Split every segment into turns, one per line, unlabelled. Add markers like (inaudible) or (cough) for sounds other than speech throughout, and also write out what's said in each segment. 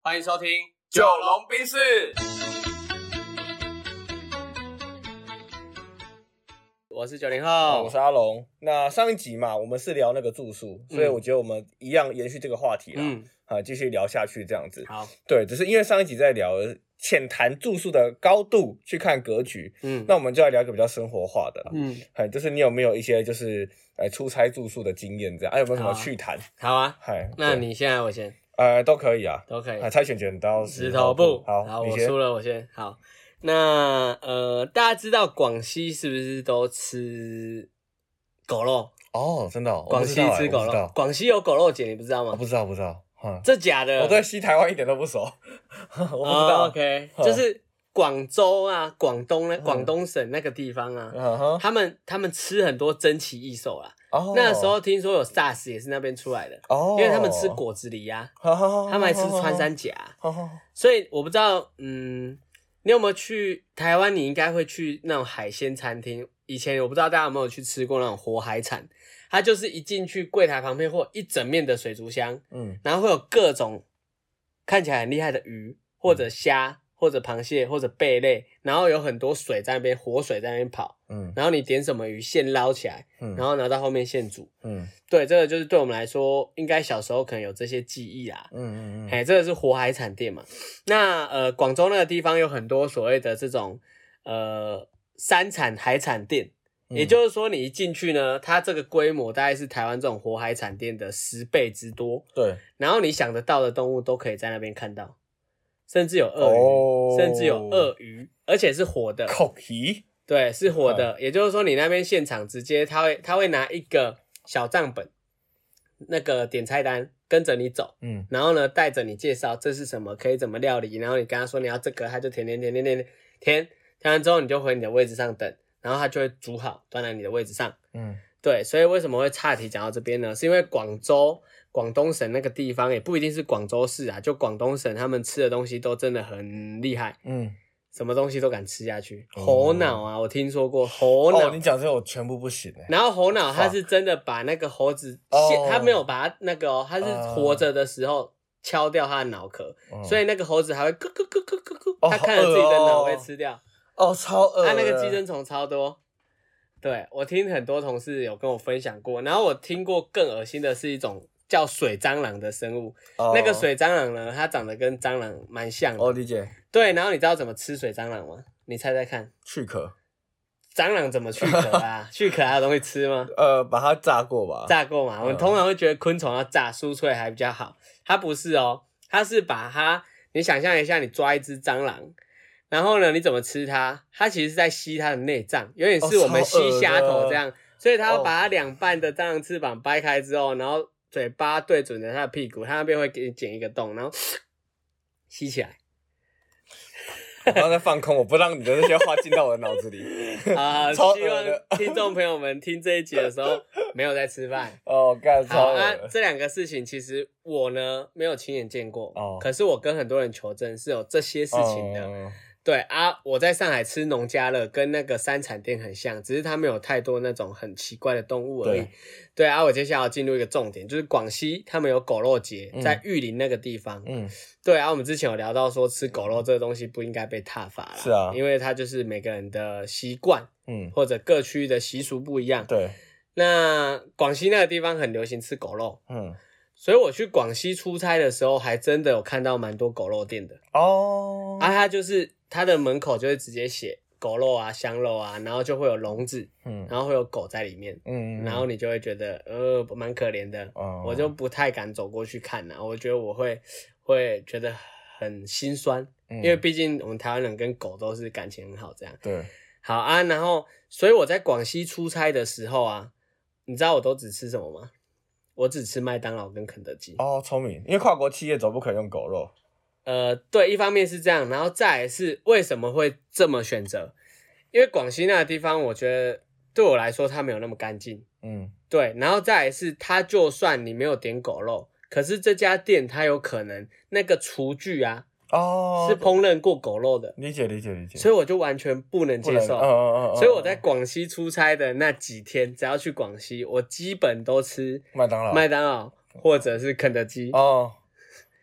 欢迎收听《
九龙冰室。
我是九零后，
哦我是阿龙。那上一集嘛，我们是聊那个住宿，所以
嗯
我觉得我们一样延续这个话题啦，
嗯，
啊，嗯继续聊下去这样子。
好，
对，只是因为上一集在聊浅谈住宿的高度，去看格局，
嗯，
那我们就来聊一个比较生活化的啦。
嗯，
哎、就是你有没有一些就是哎出差住宿的经验这样？哎、有没有什么
好啊
趣谈？
好啊，
嗨、
那
对
你先来，我先，
呃都可以啊。
都可以
哎，。猜拳剪刀
石头布，
好，你
我
先
输。了，我先。好，那呃，大家知道广西是不是都吃狗肉？
哦，真的哦、我
广
不知
西
道哎
吃狗
我不知
肉，
道，
广西有狗肉节，你不知道
我
吗
不？知道，不知道。嗯
这假的，
我对西台湾一点都不熟， (laughs) 我不知道。
呃哦 OK，
嗯
就是广州啊，广东呢，
嗯
广东省那个地方啊，
嗯哼，
他们他们吃很多珍奇异兽啦。
哦
那时候听说有 SARS 也是那边出来的，
哦，
因为他们吃果子狸呀、
哈哈哈哈，
啊，他们还吃穿山甲啊、
哈哈哈，
所以我不知道，嗯，你有没有去台湾？你应该会去那种海鲜餐厅。以前我不知道大家有没有去吃过那种活海产，它就是一进去柜台旁边会有一整面的水族箱，
嗯
然后会有各种看起来很厉害的鱼，或
嗯
者虾，或者螃蟹，或者贝类，然后有很多水在那边，活水在那边跑，
嗯
然后你点什么鱼现捞起来，
嗯，
然后拿到后面现煮。
嗯
对，这个就是对我们来说，应该小时候可能有这些记忆啊。
嗯嗯嗯，
哎，这个是活海产店嘛？那呃，广州那个地方有很多所谓的这种呃山产海产店，也
嗯
就是说你一进去呢，它这个规模大概是台湾这种活海产店的十倍之多，
对
然后你想得到的动物都可以在那边看到，甚至有鳄鱼，
哦
甚至有鳄鱼，而且是活的，
口皮，
对，是活的。也就是说你那边现场直接他会他会拿一个小账本，那个点菜单跟着你走。
嗯
然后呢，带着你介绍这是什么，可以怎么料理，然后你跟他说你要这个，他就填填填填填填，填完之后你就回你的位置上等，然后他就会煮好端来你的位置上。
嗯
对，所以为什么会岔题讲到这边呢？是因为广州广东省那个地方也不一定是广州市啊，就广东省他们吃的东西都真的很厉害，
嗯，
什么东西都敢吃下去。
哦
猴脑啊，我听说过猴脑。
哦，你讲这个我全部不行哎，
然后猴脑，它是真的把那个猴子，
哦
他没有把它那个哦，它是
嗯
活着的时候敲掉它的脑壳，
嗯
所以那个猴子还会咯咯咯咯咯咯，
哦
它看着自己的脑被
好饿哦
吃掉，
哦超恶，
啊它那个寄生虫超多。对我听很多同事有跟我分享过，然后我听过更恶心的是一种叫水蟑螂的生物，
哦
那个水蟑螂呢，它长得跟蟑螂蛮像的。
哦理解
对，然后你知道怎么吃水蟑螂吗？你猜猜看，
去壳，
蟑螂怎么去壳
(laughs)
啊？去壳还有东西吃吗？
呃，把它炸过吧，
炸过嘛。我们
嗯
通常会觉得昆虫要炸酥脆还比较好，它不是哦，它是把它，你想象一下，你抓一只蟑螂，然后呢，你怎么吃它？它其实是在吸它的内脏，有点是
哦
我们
超恶
吸
的
虾头这
哦
样，所以它要把它两半的蟑螂翅膀掰开之后，然后嘴巴对准着它的屁股，它那边会给你剪一个洞，然后 (coughs) 吸起来。
我刚才放空，我不让你的那些话进到我的脑子里，
啊、
超恶
希望
的
听众朋友们听这一集的时候没有在吃饭。
哦干超
好，
恶
那
的，
这两个事情其实我呢没有亲眼见过，
哦
可是我跟很多人求证是有这些事情的。
嗯
对啊，我在上海吃农家乐，跟那个三产店很像，只是它没有太多那种很奇怪的动物而已。
对
对啊，我接下来要进入一个重点，就是广西他们有狗肉节，
嗯
在玉林那个地方。
嗯
对啊，我们之前有聊到说吃狗肉这个东西不应该被踏伐啦，
是啊
因为它就是每个人的习惯
嗯，
或者各区域的习俗不一样。
对，
那广西那个地方很流行吃狗肉，
嗯
所以我去广西出差的时候，还真的有看到蛮多狗肉店的。
哦，
啊，它就是它的门口就会直接写狗肉啊、香肉啊，然后就会有笼子，
嗯
然后会有狗在里面，
嗯，嗯
然后你就会觉得呃蛮可怜的，
哦
我就不太敢走过去看呐、我觉得我会会觉得很心酸，
因
因为毕竟我们台湾人跟狗都是感情很好这样。
对，
好啊，然后所以我在广西出差的时候啊，你知道我都只吃什么吗？我只吃麦当劳跟肯德基。
哦，聪明，因为跨国企业总不可能用狗肉，
呃，对，一方面是这样，然后再来是为什么会这么选择？因为广西那个地方，我觉得对我来说它没有那么干净，
嗯，
对，然后再来是它就算你没有点狗肉，可是这家店它有可能那个厨具啊
哦，
是烹饪过狗肉的，
理解理解理解，
所以我就完全不能
不
接
能
受。
嗯嗯嗯嗯，
所以我在
嗯
广西出差的那几天，只要去广西，我基本都吃
麦当劳
麦当劳或者是肯德基。
哦，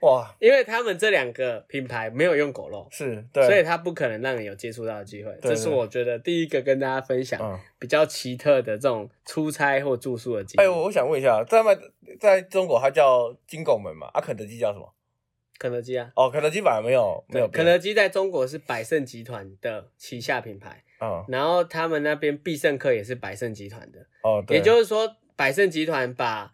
哇，
因为他们这两个品牌没有用狗肉，
是
所以
对，
它不可能让你有接触到的机会。
对
这是我觉得第一个跟大家分享
嗯，
比较奇特的这种出差或住宿的经
哎，
验。
我我想问一下，在麦在中国它叫金拱门嘛？啊，肯德基叫什么？
肯德基啊，
哦，肯德基反而没有没有
对，
变，
肯德基在中国是百胜集团的旗下品牌，
嗯
然后他们那边必胜客也是百胜集团的，
哦，对
也就是说，百胜集团把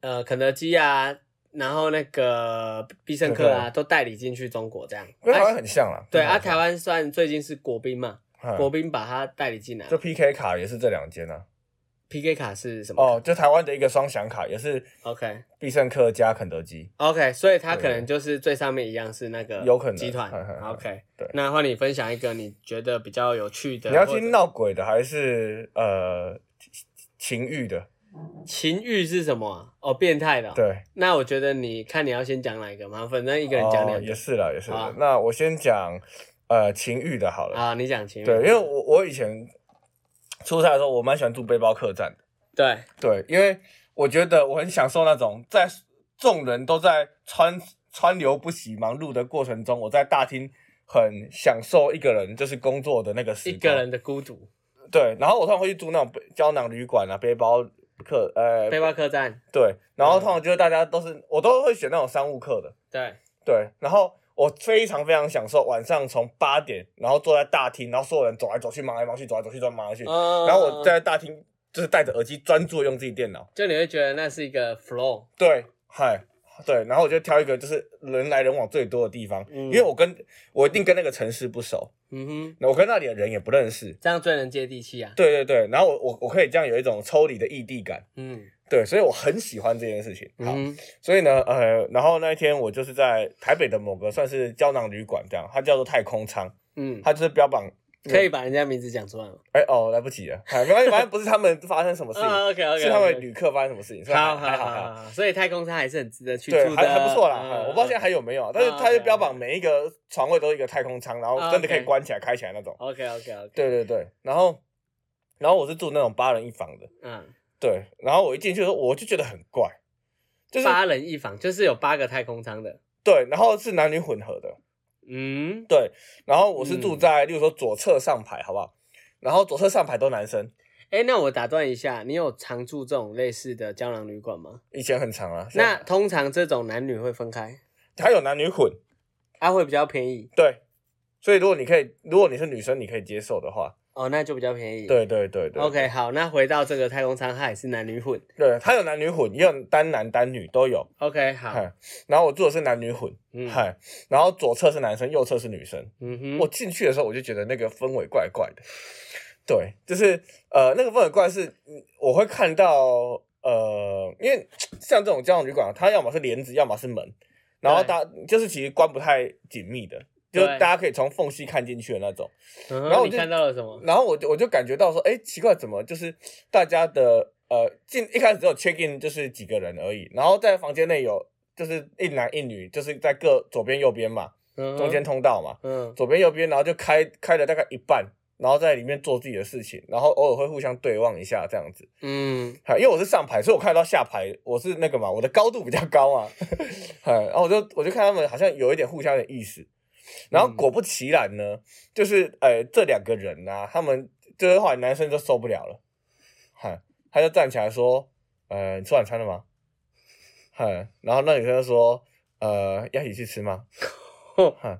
呃肯德基啊，然后那个必胜客啊都代理进去中国这样。
跟台湾
啊
很像啦。
对
跟
啊，台湾算最近是国宾嘛，
湾
国宾把它代理进来
嗯就。PK 卡也是这两间啊。
PK 卡是什么？
哦，就台湾的一个双响卡也是
OK
必胜客加肯德基。
OK，所以它
对
可能就是最上面一样是那个
有可能
集团
嗨嗨。嗨
OK，
对
那换你分享一个你觉得比较有趣的，
你要
或者
听闹鬼的还是呃情情欲的？
情欲是什么啊？哦，变态的哦。
对，
那我觉得你看你要先讲哪一个嘛，反正一个人讲
哦
两，
也
个
是啦，也是啦
好啊
那我先讲呃情欲的好了。
啊，你讲情欲。
对，因为我我以前出差的时候，我蛮喜欢住背包客栈的。
对
对，因为我觉得我很享受那种在众人都在川川流不息、忙碌的过程中，我在大厅很享受一个人就是工作的那个时
一
光。
个人的孤独，
对，然后我通常会去住那种背胶囊旅馆啊、背包客呃
背包客栈。
对，然
嗯
后通常就是大家都是我都会选那种商务客的，
对，
对，然后我非常非常享受晚上从八点，然后坐在大厅，然后所有人走来走去、忙来忙去、走来走去、走来忙去，
嗯
然后我在大厅就是戴着耳机专注地用自己电脑，
就你会觉得那是一个 flow，
对，嗨，对，然后我就挑一个就是人来人往最多的地方，
嗯
因为我跟我一定跟那个城市不熟，
嗯哼，
我跟那里的人也不认识，
这样最能接地气啊。
对对对，然后我我我可以这样有一种抽离的异地感，
嗯，
对，所以我很喜欢这件事情。好，
嗯哼
所以呢，呃，然后那一天我就是在台北的某个算是胶囊旅馆，这样，它叫做太空舱，
嗯，
它就是标榜，
可以把人家名字讲出来吗？
哎、哦，来不及了， (laughs) 哎，没关系，反正不是他们发生什么事情，
啊，OK OK，
是他们旅客发生什么事情，所以
好好
还还
好
好还
好
好，
好，所以太空舱还是很值得去
对，
住的，
还还不错啦、
嗯
我不知道现在还有没有，但是
嗯
它就
OK，
标榜每一个床位都是一个太空舱，然后真的可以
嗯，OK
关起来、开起来那种。
OK OK OK，
对对对，然后，然后我是住那种八人一房的，
嗯，
对，然后我一进去的时候我就觉得很怪，就是
八人一房就是有八个太空舱的，
对，然后是男女混合的，
嗯，
对，然后我是住
嗯
在，例如说左侧上排，好不好？然后左侧上排都男生，
哎，那我打断一下，你有常住这种类似的胶囊旅馆吗？
以前很长啊。现在
那通常这种男女会分开，
还有男女混，
它、会比较便宜
对。所以如果你可以，如果你是女生，你可以接受的话，
哦，那就比较便宜。
对对对对。
OK，好，那回到这个太空舱，它也是男女混。
对，它有男女混，也有单男单女都有。
OK，好，
嗨，然后我住的是男女混，
嗯
嗨，然后左侧是男生，右侧是女生。
嗯哼，
我进去的时候，我就觉得那个氛围怪怪的。对，就是呃，那个氛围怪是，嗯我会看到呃，因为像这种胶囊旅馆，它要么是帘子，要么是门，然后
对
大就是其实关不太紧密的，就是
对
大家可以从缝隙看进去的那种。
嗯哼
然后我
你
就
看到了什么？
然后我就我就感觉到说，哎，奇怪，怎么就是大家的呃进一开始只有 check in 就是几个人而已，然后在房间内有就是一男一女，就是在各左边右边嘛，
嗯哼
中间，通道嘛，
嗯
左边右边，然后就开开了大概一半，然后在里面做自己的事情，然后偶尔会互相对望一下这样子。
嗯，
啊，因为我是上排，所以我看到下排，我是那个嘛，我的高度比较高啊，哎然后我就我就看他们好像有一点互相的意思，然后果不其然呢，就是呃这两个人啊，他们就是后来男生就受不了了，嗨，他就站起来说，呃，你吃晚餐了吗？嗨，然后那女生就说，呃，要一起去吃吗？嗨，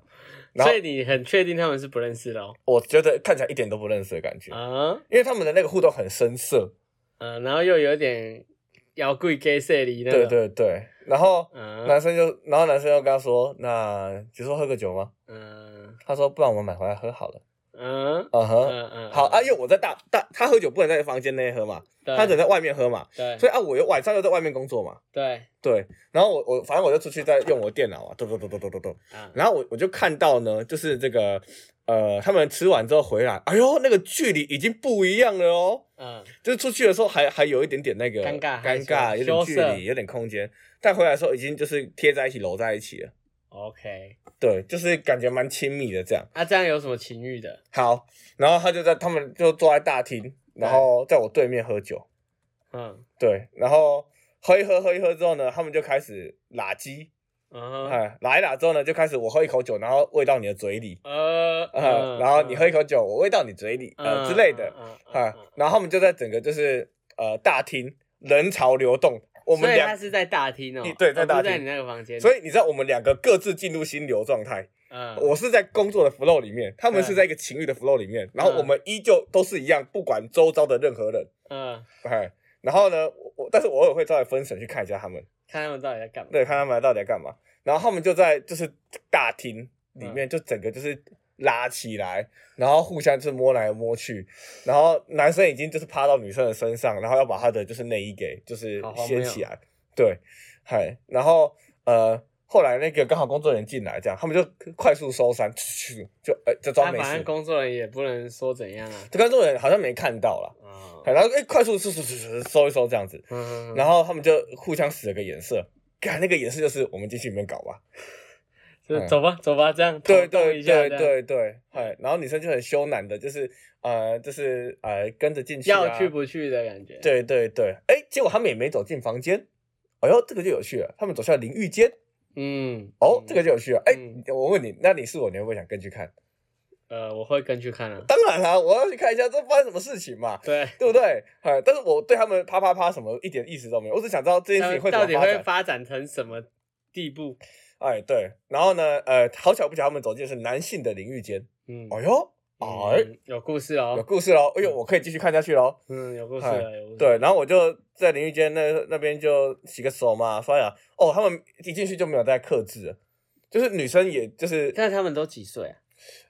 然后
所以你很确定他们是不认识的哦。
我觉得看起来一点都不认识的感觉，
啊，
因为他们的那个互动很生涩，
嗯，然后又有点摇柜 gay 色离那
对
个，，
对对，然后。
嗯
男生就，然后男生就跟他说：“那就说喝个酒吗
嗯？”
他说：“不然我们买回来喝好了。
嗯”
嗯哼，
嗯嗯，
好啊，因为我在大大，他喝酒不能在房间内喝嘛，他
他
只能在外面喝嘛，
对
所以啊，我又晚上又在外面工作嘛，
对
对，然后我我反正我就出去在用我电脑啊，嘟嘟嘟嘟嘟嘟嘟，
啊，
然后我我就看到呢，就是这个呃，他们吃完之后回来，哎呦，那个距离已经不一样了哦。
嗯
就是出去的时候还还有一点点那个
尴尬
尴尬，
害羞
有点距
羞涩
离，有点空间，但回来的时候已经就是贴在一起，揉在一起了。
，OK，
对，就是感觉蛮亲密的这样。
那这样有什么情欲的？
好，然后他就在他们就坐在大厅，然后在我对面喝酒。
嗯
对，然后喝一喝喝一喝之后呢，他们就开始拉鸡，
嗯哼，
哎，来了之后呢，就开始我喝一口酒，然后喂到你的嘴里，
呃，
呃，
嗯
然后你喝一口酒，我喂到你嘴里，呃之类的，，
嗯嗯
啊
嗯嗯，
然后他们就在整个就是呃大厅人潮流动，我们
所以他
两，
是在大厅哦
你，对在
而不
大
是在
厅
你那个房间，
所
以，
以你知道我们两个各自进入心流状态，
嗯，
我是在工作的 flow 里面，他们
对
是在一个情欲的 flow 里面，然后
嗯
我们依旧都是一样，不管周遭的任何人，
嗯，
哎，然后呢，我我但是我偶尔会稍微分神去看一下他们，
看他们到底在干嘛，
对，看他们到底在干嘛，然后他们就在就是大厅里面就整个就是。拉起来，然后互相就是摸来摸去，然后男生已经就是趴到女生的身上，然后要把她的就是内衣给就是
好荒
掀
谬
起来，对，嗨，然后呃，后来那个刚好工作人员进来，这样他们就快速收山，就呃就装
但
没
反
事
正，工作人员也不能说怎样啊，
这工作人员好像没看到啦，
嗯
然后哎、快速收收收收一收这样子，
嗯，
然后他们就互相使了个眼色，看那个眼色就是我们进去里面搞吧。
就
嗯
走吧走吧，这样
对
头动
对
一下
对
这样
对对，哎，然后女生就很羞赧的，就是呃，就是呃，跟着进去、啊，
要去不去的感觉，，
对对对，哎，结果他们也没走进房间，哎呦，这个就有趣了，他们走下淋浴间，
嗯，
哦，
嗯
这个就有趣了，哎
嗯，
我问你，那你是我，你会不会想跟去看？
呃，我会跟去看啊，
当然啦、我要去看一下这发生什么事情嘛。
对，
对不对？哎，但是我对他们啪啪啪什么一点意思都没有，我只想知道这件事情会怎
到
么
底
发
会
展。
发展成什么地步？
哎，对，然后呢，呃，好巧不巧，他们走进的是男性的淋浴间。
嗯，
哎呦，哎，
嗯，有故事
有
哦，
故事喽！哎呦，我可以继续看下去喽。
嗯，有故事
哎
了，有故事，
对，，然后我就在淋浴间那那边就洗个手嘛，刷牙。哦，他们一进去就没有在克制了，就是女生也就是
但是他们都几岁啊？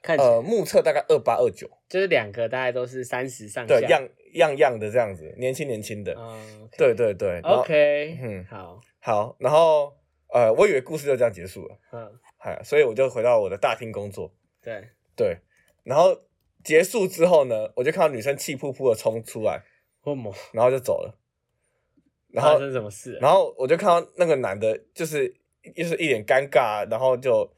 看起来
呃目测大概二八二九，
就是两个大概都是三十上下，
对，样样样的这样子，年轻年轻的。
嗯，OK
对对对然后
，OK，
嗯
好，
好，然后呃，我以为故事就这样结束了，
嗯，
哎，所以我就回到我的大厅工作。
对，
对，然后结束之后呢，我就看到女生气扑扑的冲出来，
问我
然后就走了。然
发
后，
生什么事了？
然后我就看到那个男的，就是就是一脸尴尬，然后就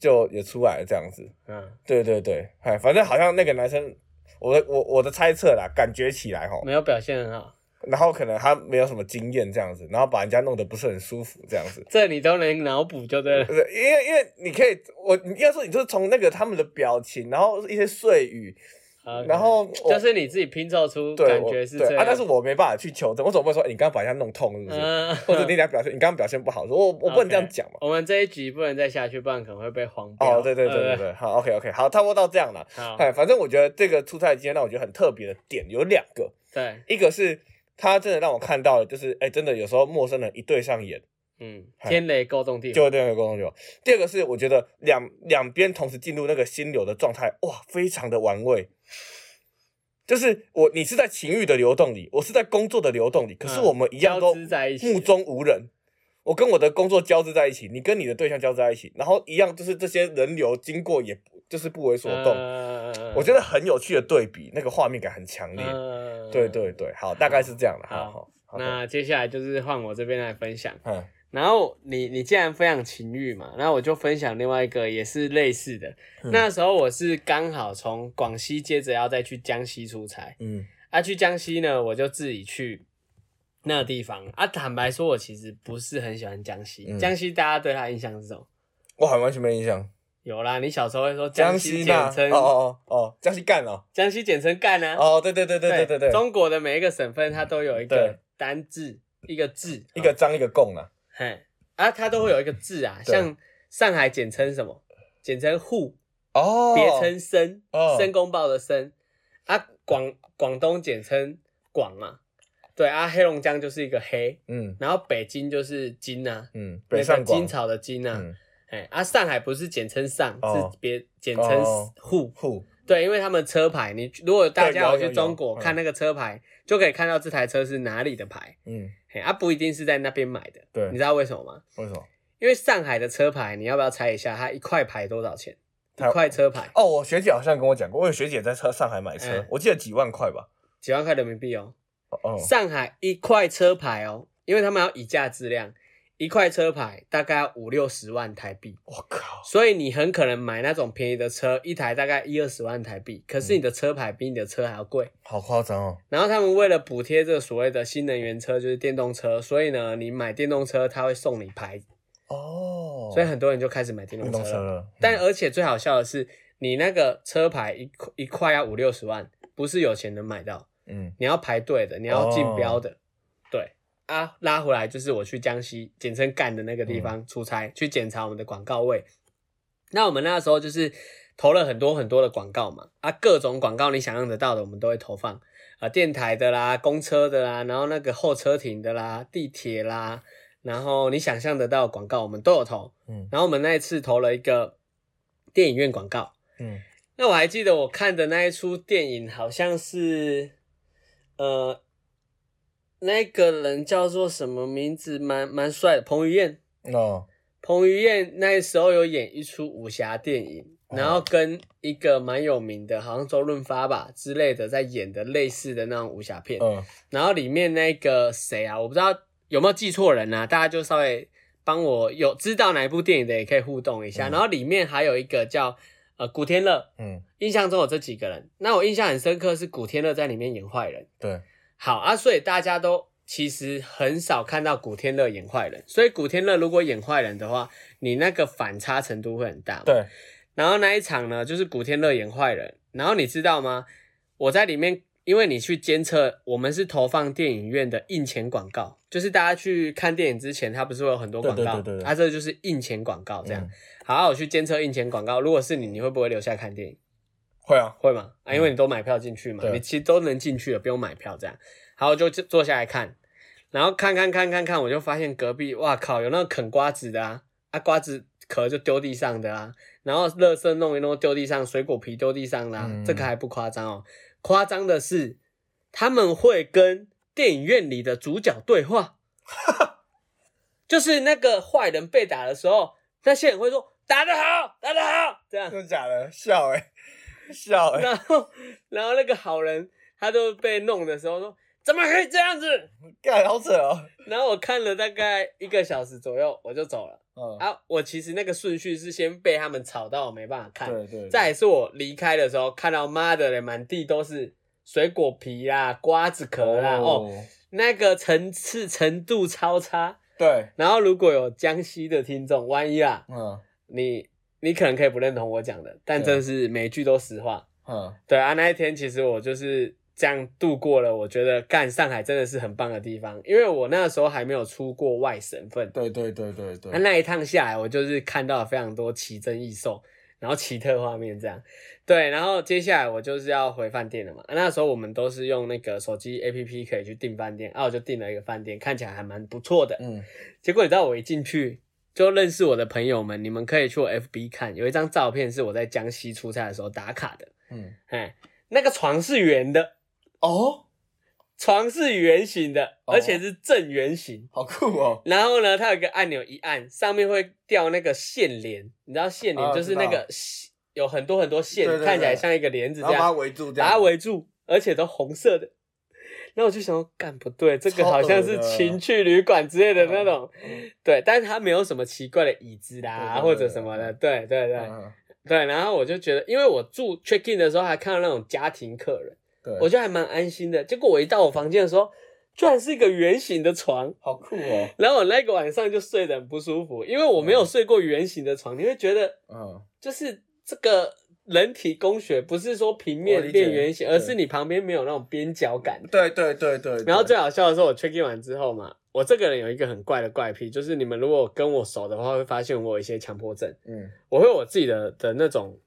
就也出来了这样子。
嗯，
对对对，哎，反正好像那个男生，我的我我的猜测啦，感觉起来哈，
没有表现很好，
然后可能他没有什么经验这样子，然后把人家弄得不是很舒服这样子。
这你都能脑补就对了
不。是，因为因为你可以，我你要说你就是从那个他们的表情，然后一些碎语，
OK
呃然后我
就是你自己拼凑出
对，
感
我
觉是
对
这样，
啊，但是我没办法去求证，我总不能说、欸、你刚刚把人家弄痛是不是？
嗯，
或者你俩表现，你刚刚表现不好，说我我不能这样
OK
讲嘛。
我们这一集不能再下去，不然可能会被黄标。
哦，对对对对对，好，OK OK，好，差不多到这样了。
对，好，
哎，反正我觉得这个出差的经验让我觉得很特别的点有两个，
对，
一个是他真的让我看到了，就是哎、真的有时候陌生人一对上眼
嗯，
嗨
天雷勾动地
就
火，
会对那个沟通流。第二个是我觉得两两边同时进入那个心流的状态，哇，非常的玩味。就是我，你是在情欲的流动里，我是在工作的流动里，可是
嗯
我们一样
交
都
织在一起，
目中无人。我跟我的工作交织在一起，你跟你的对象交织在一起，然后一样就是这些人流经过也，不就是不为所动。
动
我觉得很有趣的对比，那个画面感很强烈。
嗯
对对。对，好，大概是这样的。好
好
好，好
那接下来就是换我这边来分享。
嗯
然后你你既然分享情欲嘛，那我就分享另外一个也是类似的。
嗯
那时候我是刚好从广西接着要再去江西出差，
嗯
啊，去江西呢，我就自己去那个地方啊。坦白说，我其实不是很喜欢江西。
嗯
江西大家对它的印象是什么？
我好像完全没印象。
有啦，你小时候会说江
江
西
西
简
那
称，
哦哦哦哦，江西干哦
江西简称赣啊。
哦，对对对对对对对，
中国的每一个省份它都有一个
对哦
单字，一个字，哦
一个张一个贡啦。
嘿啊，它都会有一个字啊。
对
像上海简称什么？简称沪，
哦，
别称申
哦，
申公豹的申。啊，广广东简称广嘛。对啊，黑龙江就是一个黑。
嗯
然后北京就是京啊，
嗯，
那
北
个
上广
京朝的京啊，
嗯
哎啊，上海不是简称上，
哦
是别简称
哦
沪，
沪
对，因为他们车牌，你如果大家
对有
有去
有有
中国
嗯
看那个车牌，就可以看到这台车是哪里的牌，
嗯
哎啊，不一定是在那边买的，
对
你知道为什么吗？
为什么？
因为上海的车牌，你要不要猜一下，它一块牌多少钱？一
台
块车牌
哦，我学姐好像跟我讲过，我有学姐在车上海买车
嗯，
我记得几万块吧。
几万块人民币哦，
哦哦，
上海一块车牌哦，因为他们要以价质量，一块车牌大概要五六十万台币。
我靠，
所以你很可能买那种便宜的车，一台大概一二十万台币，可
嗯
是你的车牌比你的车还要贵。
好夸张哦。
然后他们为了补贴这个所谓的新能源车，就是电动车，所以呢，你买电动车他会送你牌，
哦，
所以很多人就开始买电
运
动
动车
车了。
了，
但
嗯
而且最好笑的是，你那个车牌一块一块要五六十万，不是有钱能买到，
嗯，
你要排队的，你要竞标的。对啊，拉回来就是我去江西，简称赣的那个地方出差，去检查我们的广告位。那我们那时候就是投了很多很多的广告嘛，啊，各种广告你想象得到的，我们都会投放。啊，电台的啦，公车的啦，然后那个候车亭的啦，地铁啦，然后你想象得到的广告，我们都有投。
嗯
然后我们那一次投了一个电影院广告，
嗯
那我还记得我看的那一出电影好像是，呃，那个人叫做什么名字？蛮蛮帅的，彭于晏。
嗯，哦，
彭于晏那时候有演一出武侠电影，
哦
然后跟一个蛮有名的，好像周润发吧之类的，在演的类似的那种武侠片。
嗯
然后里面那个谁啊，我不知道有没有记错人啊，大家就稍微帮我有知道哪一部电影的也可以互动一下。
嗯
然后里面还有一个叫呃古天乐，
嗯，
印象中有这几个人。那我印象很深刻是古天乐在里面演坏人。
对，
好啊，所以大家都其实很少看到古天乐演坏人，所以古天乐如果演坏人的话，你那个反差程度会很大。。
对，
然后那一场呢，就是古天乐演坏人。然后你知道吗？我在里面，因为你去监测，我们是投放电影院的印钱广告，就是大家去看电影之前，它不是会有很多广告，
对对对对对
啊，这就是印钱广告这样。
嗯
好，我去监测印钱广告，如果是你，你会不会留下看电影？
会啊，
会吗？啊，因为你都买票进去嘛，
对
你其实都能进去了，不用买票这样。好，我就坐坐下来看，然后看看看看看，我就发现隔壁，哇靠，有那个啃瓜子的啊，啊瓜子壳就丢地上的啊，然后垃圾弄一弄丢地上，水果皮丢地上啦、
嗯
这个还不夸张哦，夸张的是他们会跟电影院里的主角对
(laughs)
话，就是那个坏人被打的时候，那些人会说打得好，打得好，这样
真。的假的？笑哎、笑哎、
然后然后那个好人他就被弄的时候说怎么可以这样子？
干好扯哦。
然后我看了大概一个小时左右，我就走了
嗯，
啊。我其实那个顺序是先被他们吵到我没办法看，
对对，
再来是我离开的时候看到妈的嘞，满地都是水果皮啦、瓜子壳啦，哦，那个层次程度超差。
对，
然后如果有江西的听众，万一啊，
嗯
你你可能可以不认同我讲的，但
对
这是每句都实话。
嗯，
对啊，那一天其实我就是这样度过了。我觉得干上海真的是很棒的地方，因为我那时候还没有出过外省份。
对对对对对
那，那一趟下来，我就是看到了非常多奇珍异兽，然后奇特画面这样。对，然后接下来我就是要回饭店了嘛。那时候我们都是用那个手机 APP 可以去订饭店，啊，我就订了一个饭店，看起来还蛮不错的。
嗯
结果你知道我一进去就认识我的朋友们，你们可以去我 FB 看，有一张照片是我在江西出差的时候打卡的。
嗯，
哎，那个床是圆的，
哦，
床是圆形的，
哦
而且是正圆形。
好酷哦，
然后呢，它有一个按钮，一按上面会掉那个线帘，你知道线帘
啊
就是那
知
个
道
细有很多很多线，
对对对
看起来像一个帘子
然
这
后把它
样，
围住这
把
样，
它围住，而且都红色的。然后我就想说，干不对，这个
超恶
好像
的
是情趣旅馆之类的
嗯
那种，对，但是它没有什么奇怪的椅子啦，
对对对
或者什么的，对对对、
嗯，
对。然后我就觉得，因为我住 check in 的时候还看到那种家庭客人，
对，
我觉得还蛮安心的。结果我一到我房间的时候，居然是一个圆形的床，
好酷哦，
然后我那个晚上就睡得很不舒服，因为我没有睡过圆形的床，你会觉得
嗯，
就是这个人体工学不是说平
我
面
理解
变圆形，而
对
是你旁边没有那种边角感。
对对对对，对
然后最好笑的是，我 check in 完之后嘛，我这个人有一个很怪的怪癖，就是你们如果跟我熟的话，会发现我有一些强迫症。
嗯
我会有我自己的的那种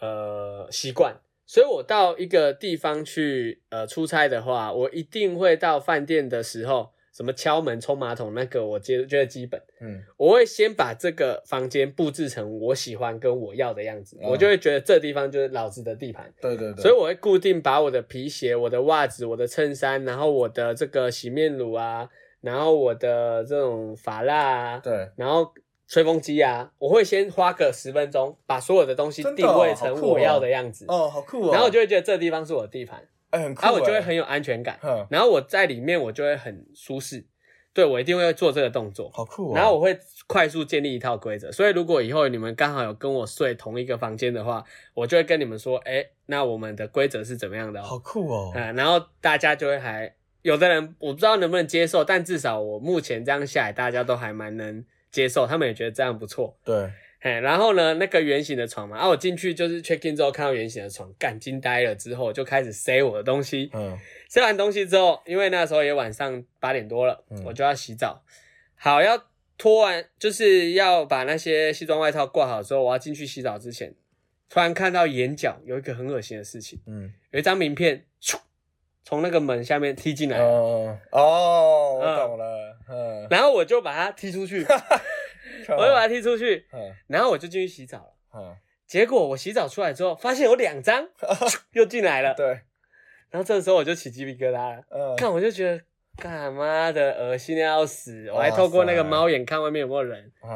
呃习惯，所以我到一个地方去呃出差的话，我一定会到饭店的时候，什么敲门、冲马桶那个，我觉觉得基本，
嗯
我会先把这个房间布置成我喜欢跟我要的样子，
嗯
我就会觉得这地方就是老子的地盘。
对对对，
所以我会固定把我的皮鞋、我的袜子、我的衬衫，然后我的这个洗面乳啊，然后我的这种发蜡啊，
对
然后吹风机啊，我会先花个十分钟把所有的东西
真的
定
哦
位
好
成
酷
我
哦
要的样子，
哦，好酷哦，
然后我就会觉得这地方是我的地盘，
哎很酷，
然后我就会很有安全感，
嗯，
然后我在里面我就会很舒适，对我一定会做这个动作。
好酷哦，
然后我会快速建立一套规则，所以如果以后你们刚好有跟我睡同一个房间的话，我就会跟你们说，哎，那我们的规则是怎么样的
好
哦，
酷哦，
啊、然后大家就会还有的人我不知道能不能接受，但至少我目前这样下来，大家都还蛮能接受，他们也觉得这样不错。
对，
嘿，然后呢，那个圆形的床嘛，啊，我进去就是 check in 之后看到圆形的床，干惊呆了，之后就开始塞我的东西。
嗯
塞完东西之后，因为那时候也晚上八点多了，
嗯
我就要洗澡。好，要脱完就是要把那些西装外套挂好之后，我要进去洗澡之前，突然看到眼角有一个很恶心的事情，
嗯，
有一张名片，咻从那个门下面踢进来了，
哦哦，
嗯
我懂了，嗯，
然后我就把它踢出
(laughs)
去，我
看
就
吧
把它踢出去，
嗯
然后我就进去洗澡了。
嗯，
结果我洗澡出来之后，发现有两
(laughs)
张又进来了，
对，
然后这个时候我就起鸡皮疙瘩了，
嗯，
看我就觉得干妈的恶心的要死，我还透过那个猫眼看外面有没有人，
嗯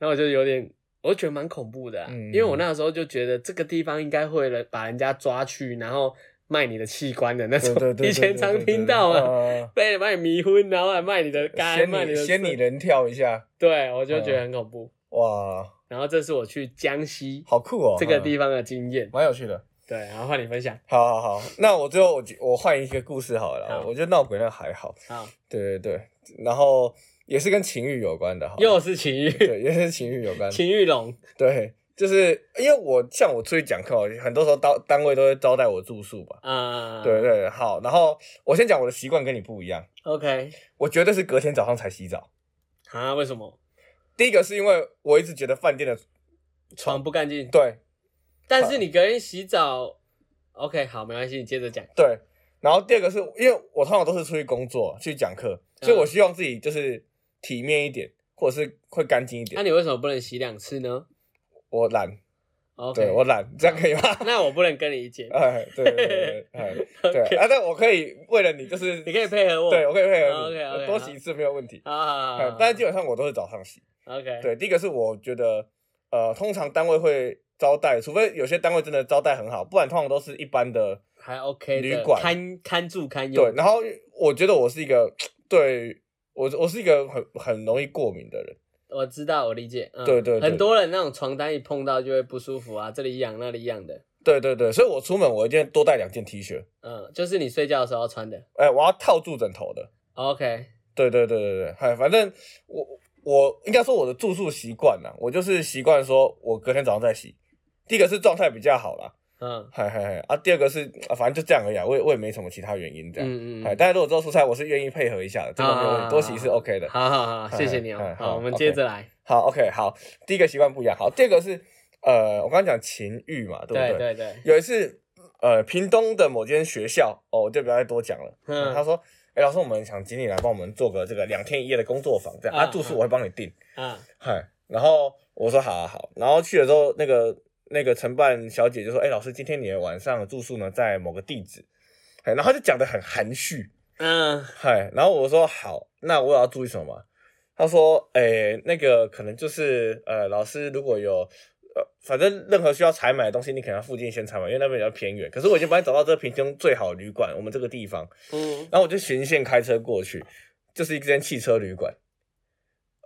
然后我就有点，我就觉得蛮恐怖的啊、
嗯
因为我那时候就觉得这个地方应该会了把人家抓去，然后卖你的器官的那
对
种
对，对，
(laughs)
哦
以前常听到啊嘛，
嘛，
被人把你迷昏，然后还卖你的肝，
仙
卖你
女
的
仙女
肾，
人跳一下，
对我就觉得很恐怖。
哇，
然后这是我去江西
好酷哦，
这个
嗯
地方的经验，
蛮有趣的。
对，然后换你分享，
好好好，那我最后我就我换一个故事好了啦，
好
我觉得闹鬼那还好，
好，
对对对，然后也是跟情欲有关的，好了
又是情
(laughs)
欲，
对，也是情欲有关的，
情欲龙，
对，就是因为我像我出去讲课，我很多时候单单位都会招待我住宿吧。
啊，
对对对，好，然后我先讲我的习惯跟你不一样，
，OK，
我绝对是隔天早上才洗澡。
啊，为什么
第一个是因为我一直觉得饭店的
床不干净？
对
但是你隔天洗澡，OK，好，没关系，你接着讲，
对，然后第二个是因为我通常都是出去工作去讲课，所以
嗯
我希望自己就是体面一点，或者是会干净一
那
点。
你为什么不能洗两次呢
我懒，对
？OK，
我懒，这样可
(laughs)
以吗？
那我不能跟你一起，
哎，对对对对，哎 (laughs)
(laughs)
对
OK
啊，但我可以为了你就是
你可以配合我，
对，我可以配
哦
合你，
，OK，OK，
我多洗一次没有问题。
啊，
嗯，但是基本上我都是早上洗。
OK，
对，第一个是我觉得，呃，通常单位会招待，除非有些单位真的招待很好，不然通常都是一般的。
还 OK 的
旅馆
看看住看用，
对，然后我觉得我是一个对。我我是一个很很容易过敏的人，
我知道，我理解。嗯、
对对对
很多人那种床单一碰到就会不舒服啊，这里痒那里痒的。
对对对，所以我出门我一定多带两件 T 恤，
嗯，就是你睡觉的时候要穿的。
哎、我要套住枕头的，
OK，
对对对对对，嗨，反正我我应该说我的住宿习惯啦，我就是习惯说我隔天早上再洗，第一个是状态比较好啦，
嗯
嗨嗨嗨啊，第二个是啊，反正就这样而已、啊，我也我也没什么其他原因这样，
嗯嗯
哎，
嗯，
但是如果做蔬菜，我是愿意配合一下的，这个没有问
啊
题，多洗是 OK 的。
好好好，
哎
谢谢你哦
哎。
好，
好
我们接着来。
好，OK，好，第一个习惯不一样。好，第二个是呃，我刚刚讲情欲嘛，对不
对对
对？
对，
有一次，呃，屏东的某间学校，哦，我就不要再多讲了。
嗯
他说，哎，老师，我们想请你来帮我们做个这个两天一夜的工作坊，这样，
啊
啊，住宿我会帮你订。
啊
嗨，然后我说好啊好，然后去了之后，那个那个承办小姐就说，哎，老师，今天你的晚上的住宿呢，在某个地址，哎，然后她就讲的很含蓄，
嗯
嗨，然后我说好，那我有要注意什么吗？他说，诶、那个可能就是呃，老师如果有呃，反正任何需要采买的东西，你可能要附近先采买，因为那边比较偏远。可是我已经帮你找到这个屏东最好的旅馆，我们这个地方，
嗯
然后我就循线开车过去，就是一间汽车旅馆。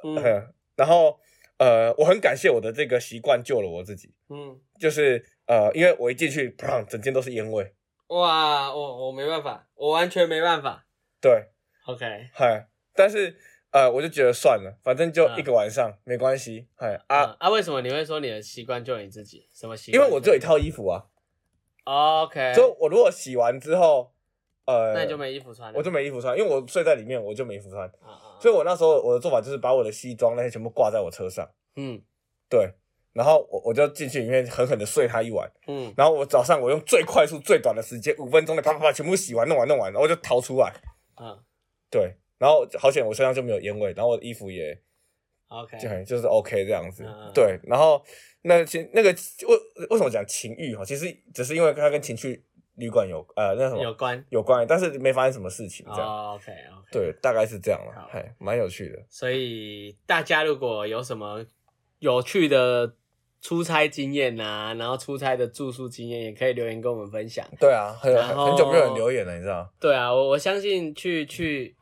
嗯
嗯， (laughs) 然后呃，我很感谢我的这个习惯救了我自己，
嗯，
就是呃，因为我一进去，砰，整间都是烟味。
哇，我我没办法，我完全没办法。
对，
OK，
嗨，但是呃，我就觉得算了，反正就
嗯
一个晚上、没关系，嗨啊，
啊啊，为什么你会说你的习惯就你自己？什么习
因
惯？
为我只有一。套衣服啊，
OK，
所以我如果洗完之后，呃，
那你就没衣服穿了。
我就没衣服穿，因为我睡在里面，我就没衣服穿，
啊啊，啊
所以我那时候我的做法就是把我的西装那些全部挂在我车上，
嗯
对，然后我我就进去里面狠狠的睡他一晚，
嗯，
然后我早上我用最快速最短的时间五分钟内啪啪啪全部洗完弄完弄完，然后我就逃出来，
啊
对，然后好险我身上就没有烟味，然后我的衣服也。
嗯 OK，
就很就是 OK 这样子，
哎嗯嗯
对。然后那其那个为为什么讲情欲哈？其实只是因为它跟情趣旅馆有呃那什么
有关。
有关，但是没发生什么事情这样。
哦 OK OK。
对，大概是这样
好
了，还蛮有趣的。
所以大家如果有什么有趣的出差经验啊，然后出差的住宿经验，也可以留言跟我们分享。
对啊，很
然后
很久没有人留言了，你知道？
对啊，我我相信去去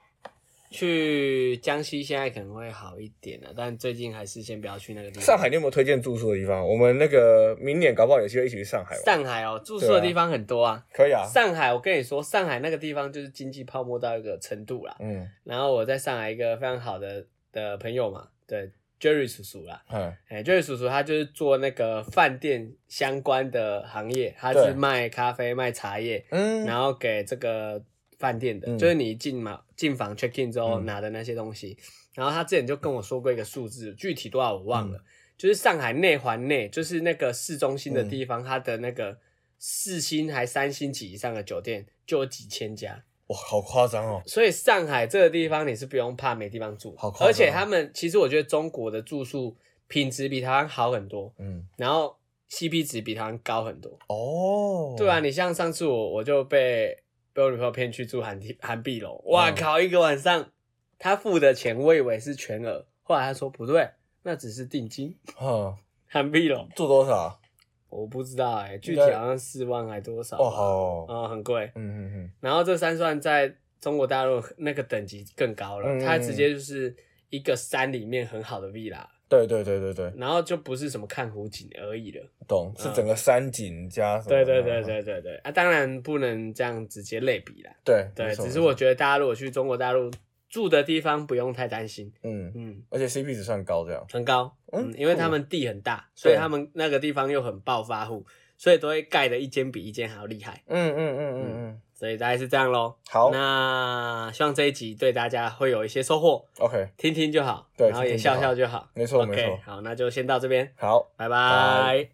去江西现在可能会好一点了、啊，但最近还是先不要去那个地方。
上海，你有没有推荐住宿的地方？我们那个明年搞不好有机会一起去上海玩。
上海哦，住宿的地方很多啊。
可以啊，
上海，我跟你说，上海那个地方就是经济泡沫到一个程度啦。
嗯，
然后我在上海一个非常好的的朋友嘛，对， Jerry 叔叔啦，
嗯，
哎、j e r r y 叔叔他就是做那个饭店相关的行业，他是
对
卖咖啡、卖茶叶，
嗯，
然后给这个饭店的，
嗯
就是你进嘛进房 check in 之后
嗯
拿的那些东西。然后他之前就跟我说过一个数字，具体多少我忘了，
嗯
就是上海内环内，就是那个市中心的
嗯
地方，它的那个四星还三星级以上的酒店就有几千家，
哇，好夸张哦，
所以上海这个地方你是不用怕没地方住，
好夸张啊
而且他们其实我觉得中国的住宿品质比台湾好很多，
嗯，
然后 CP 值比台湾高很多。
哦，
对啊，，你像上次我我就被被我女朋友骗去住韩地韩碧楼，哇
嗯
靠，一个晚上她付的钱我以为是全额，后来她说不对，那只是定金。 (laughs)
嗯，
韩碧楼
住多少？
我不知道哎、具体
应该
好像四万还多少吧？
哦，好哦，
啊、很贵。
嗯嗯
然后这三算在中国大陆那个等级更高了，
嗯
它直接就是一个山里面很好的 villa，
嗯，对对对对对，
然后就不是什么看湖景而已了。
懂，是
嗯
整个山景加什么？
对对对对对对啊，当然不能这样直接类比啦。
对
对，
没错
只
没
是
错
我觉得大家如果去中国大陆住的地方，不用太担心，
嗯，
嗯，
而且 CP 值算高这样，
很高，
嗯
嗯，因为他们地很大，所以
对
他们那个地方又很暴发户，所以都会盖的一间比一间还要厉害，
嗯嗯嗯嗯嗯
所以大概是这样喽。
好
那希望这一集对大家会有一些收获，
，OK，
听听就好，
对
然后也
听听就
笑
好
笑就好，
没错没
OK，
错，
好，那就先到这边，
好。
拜
拜
拜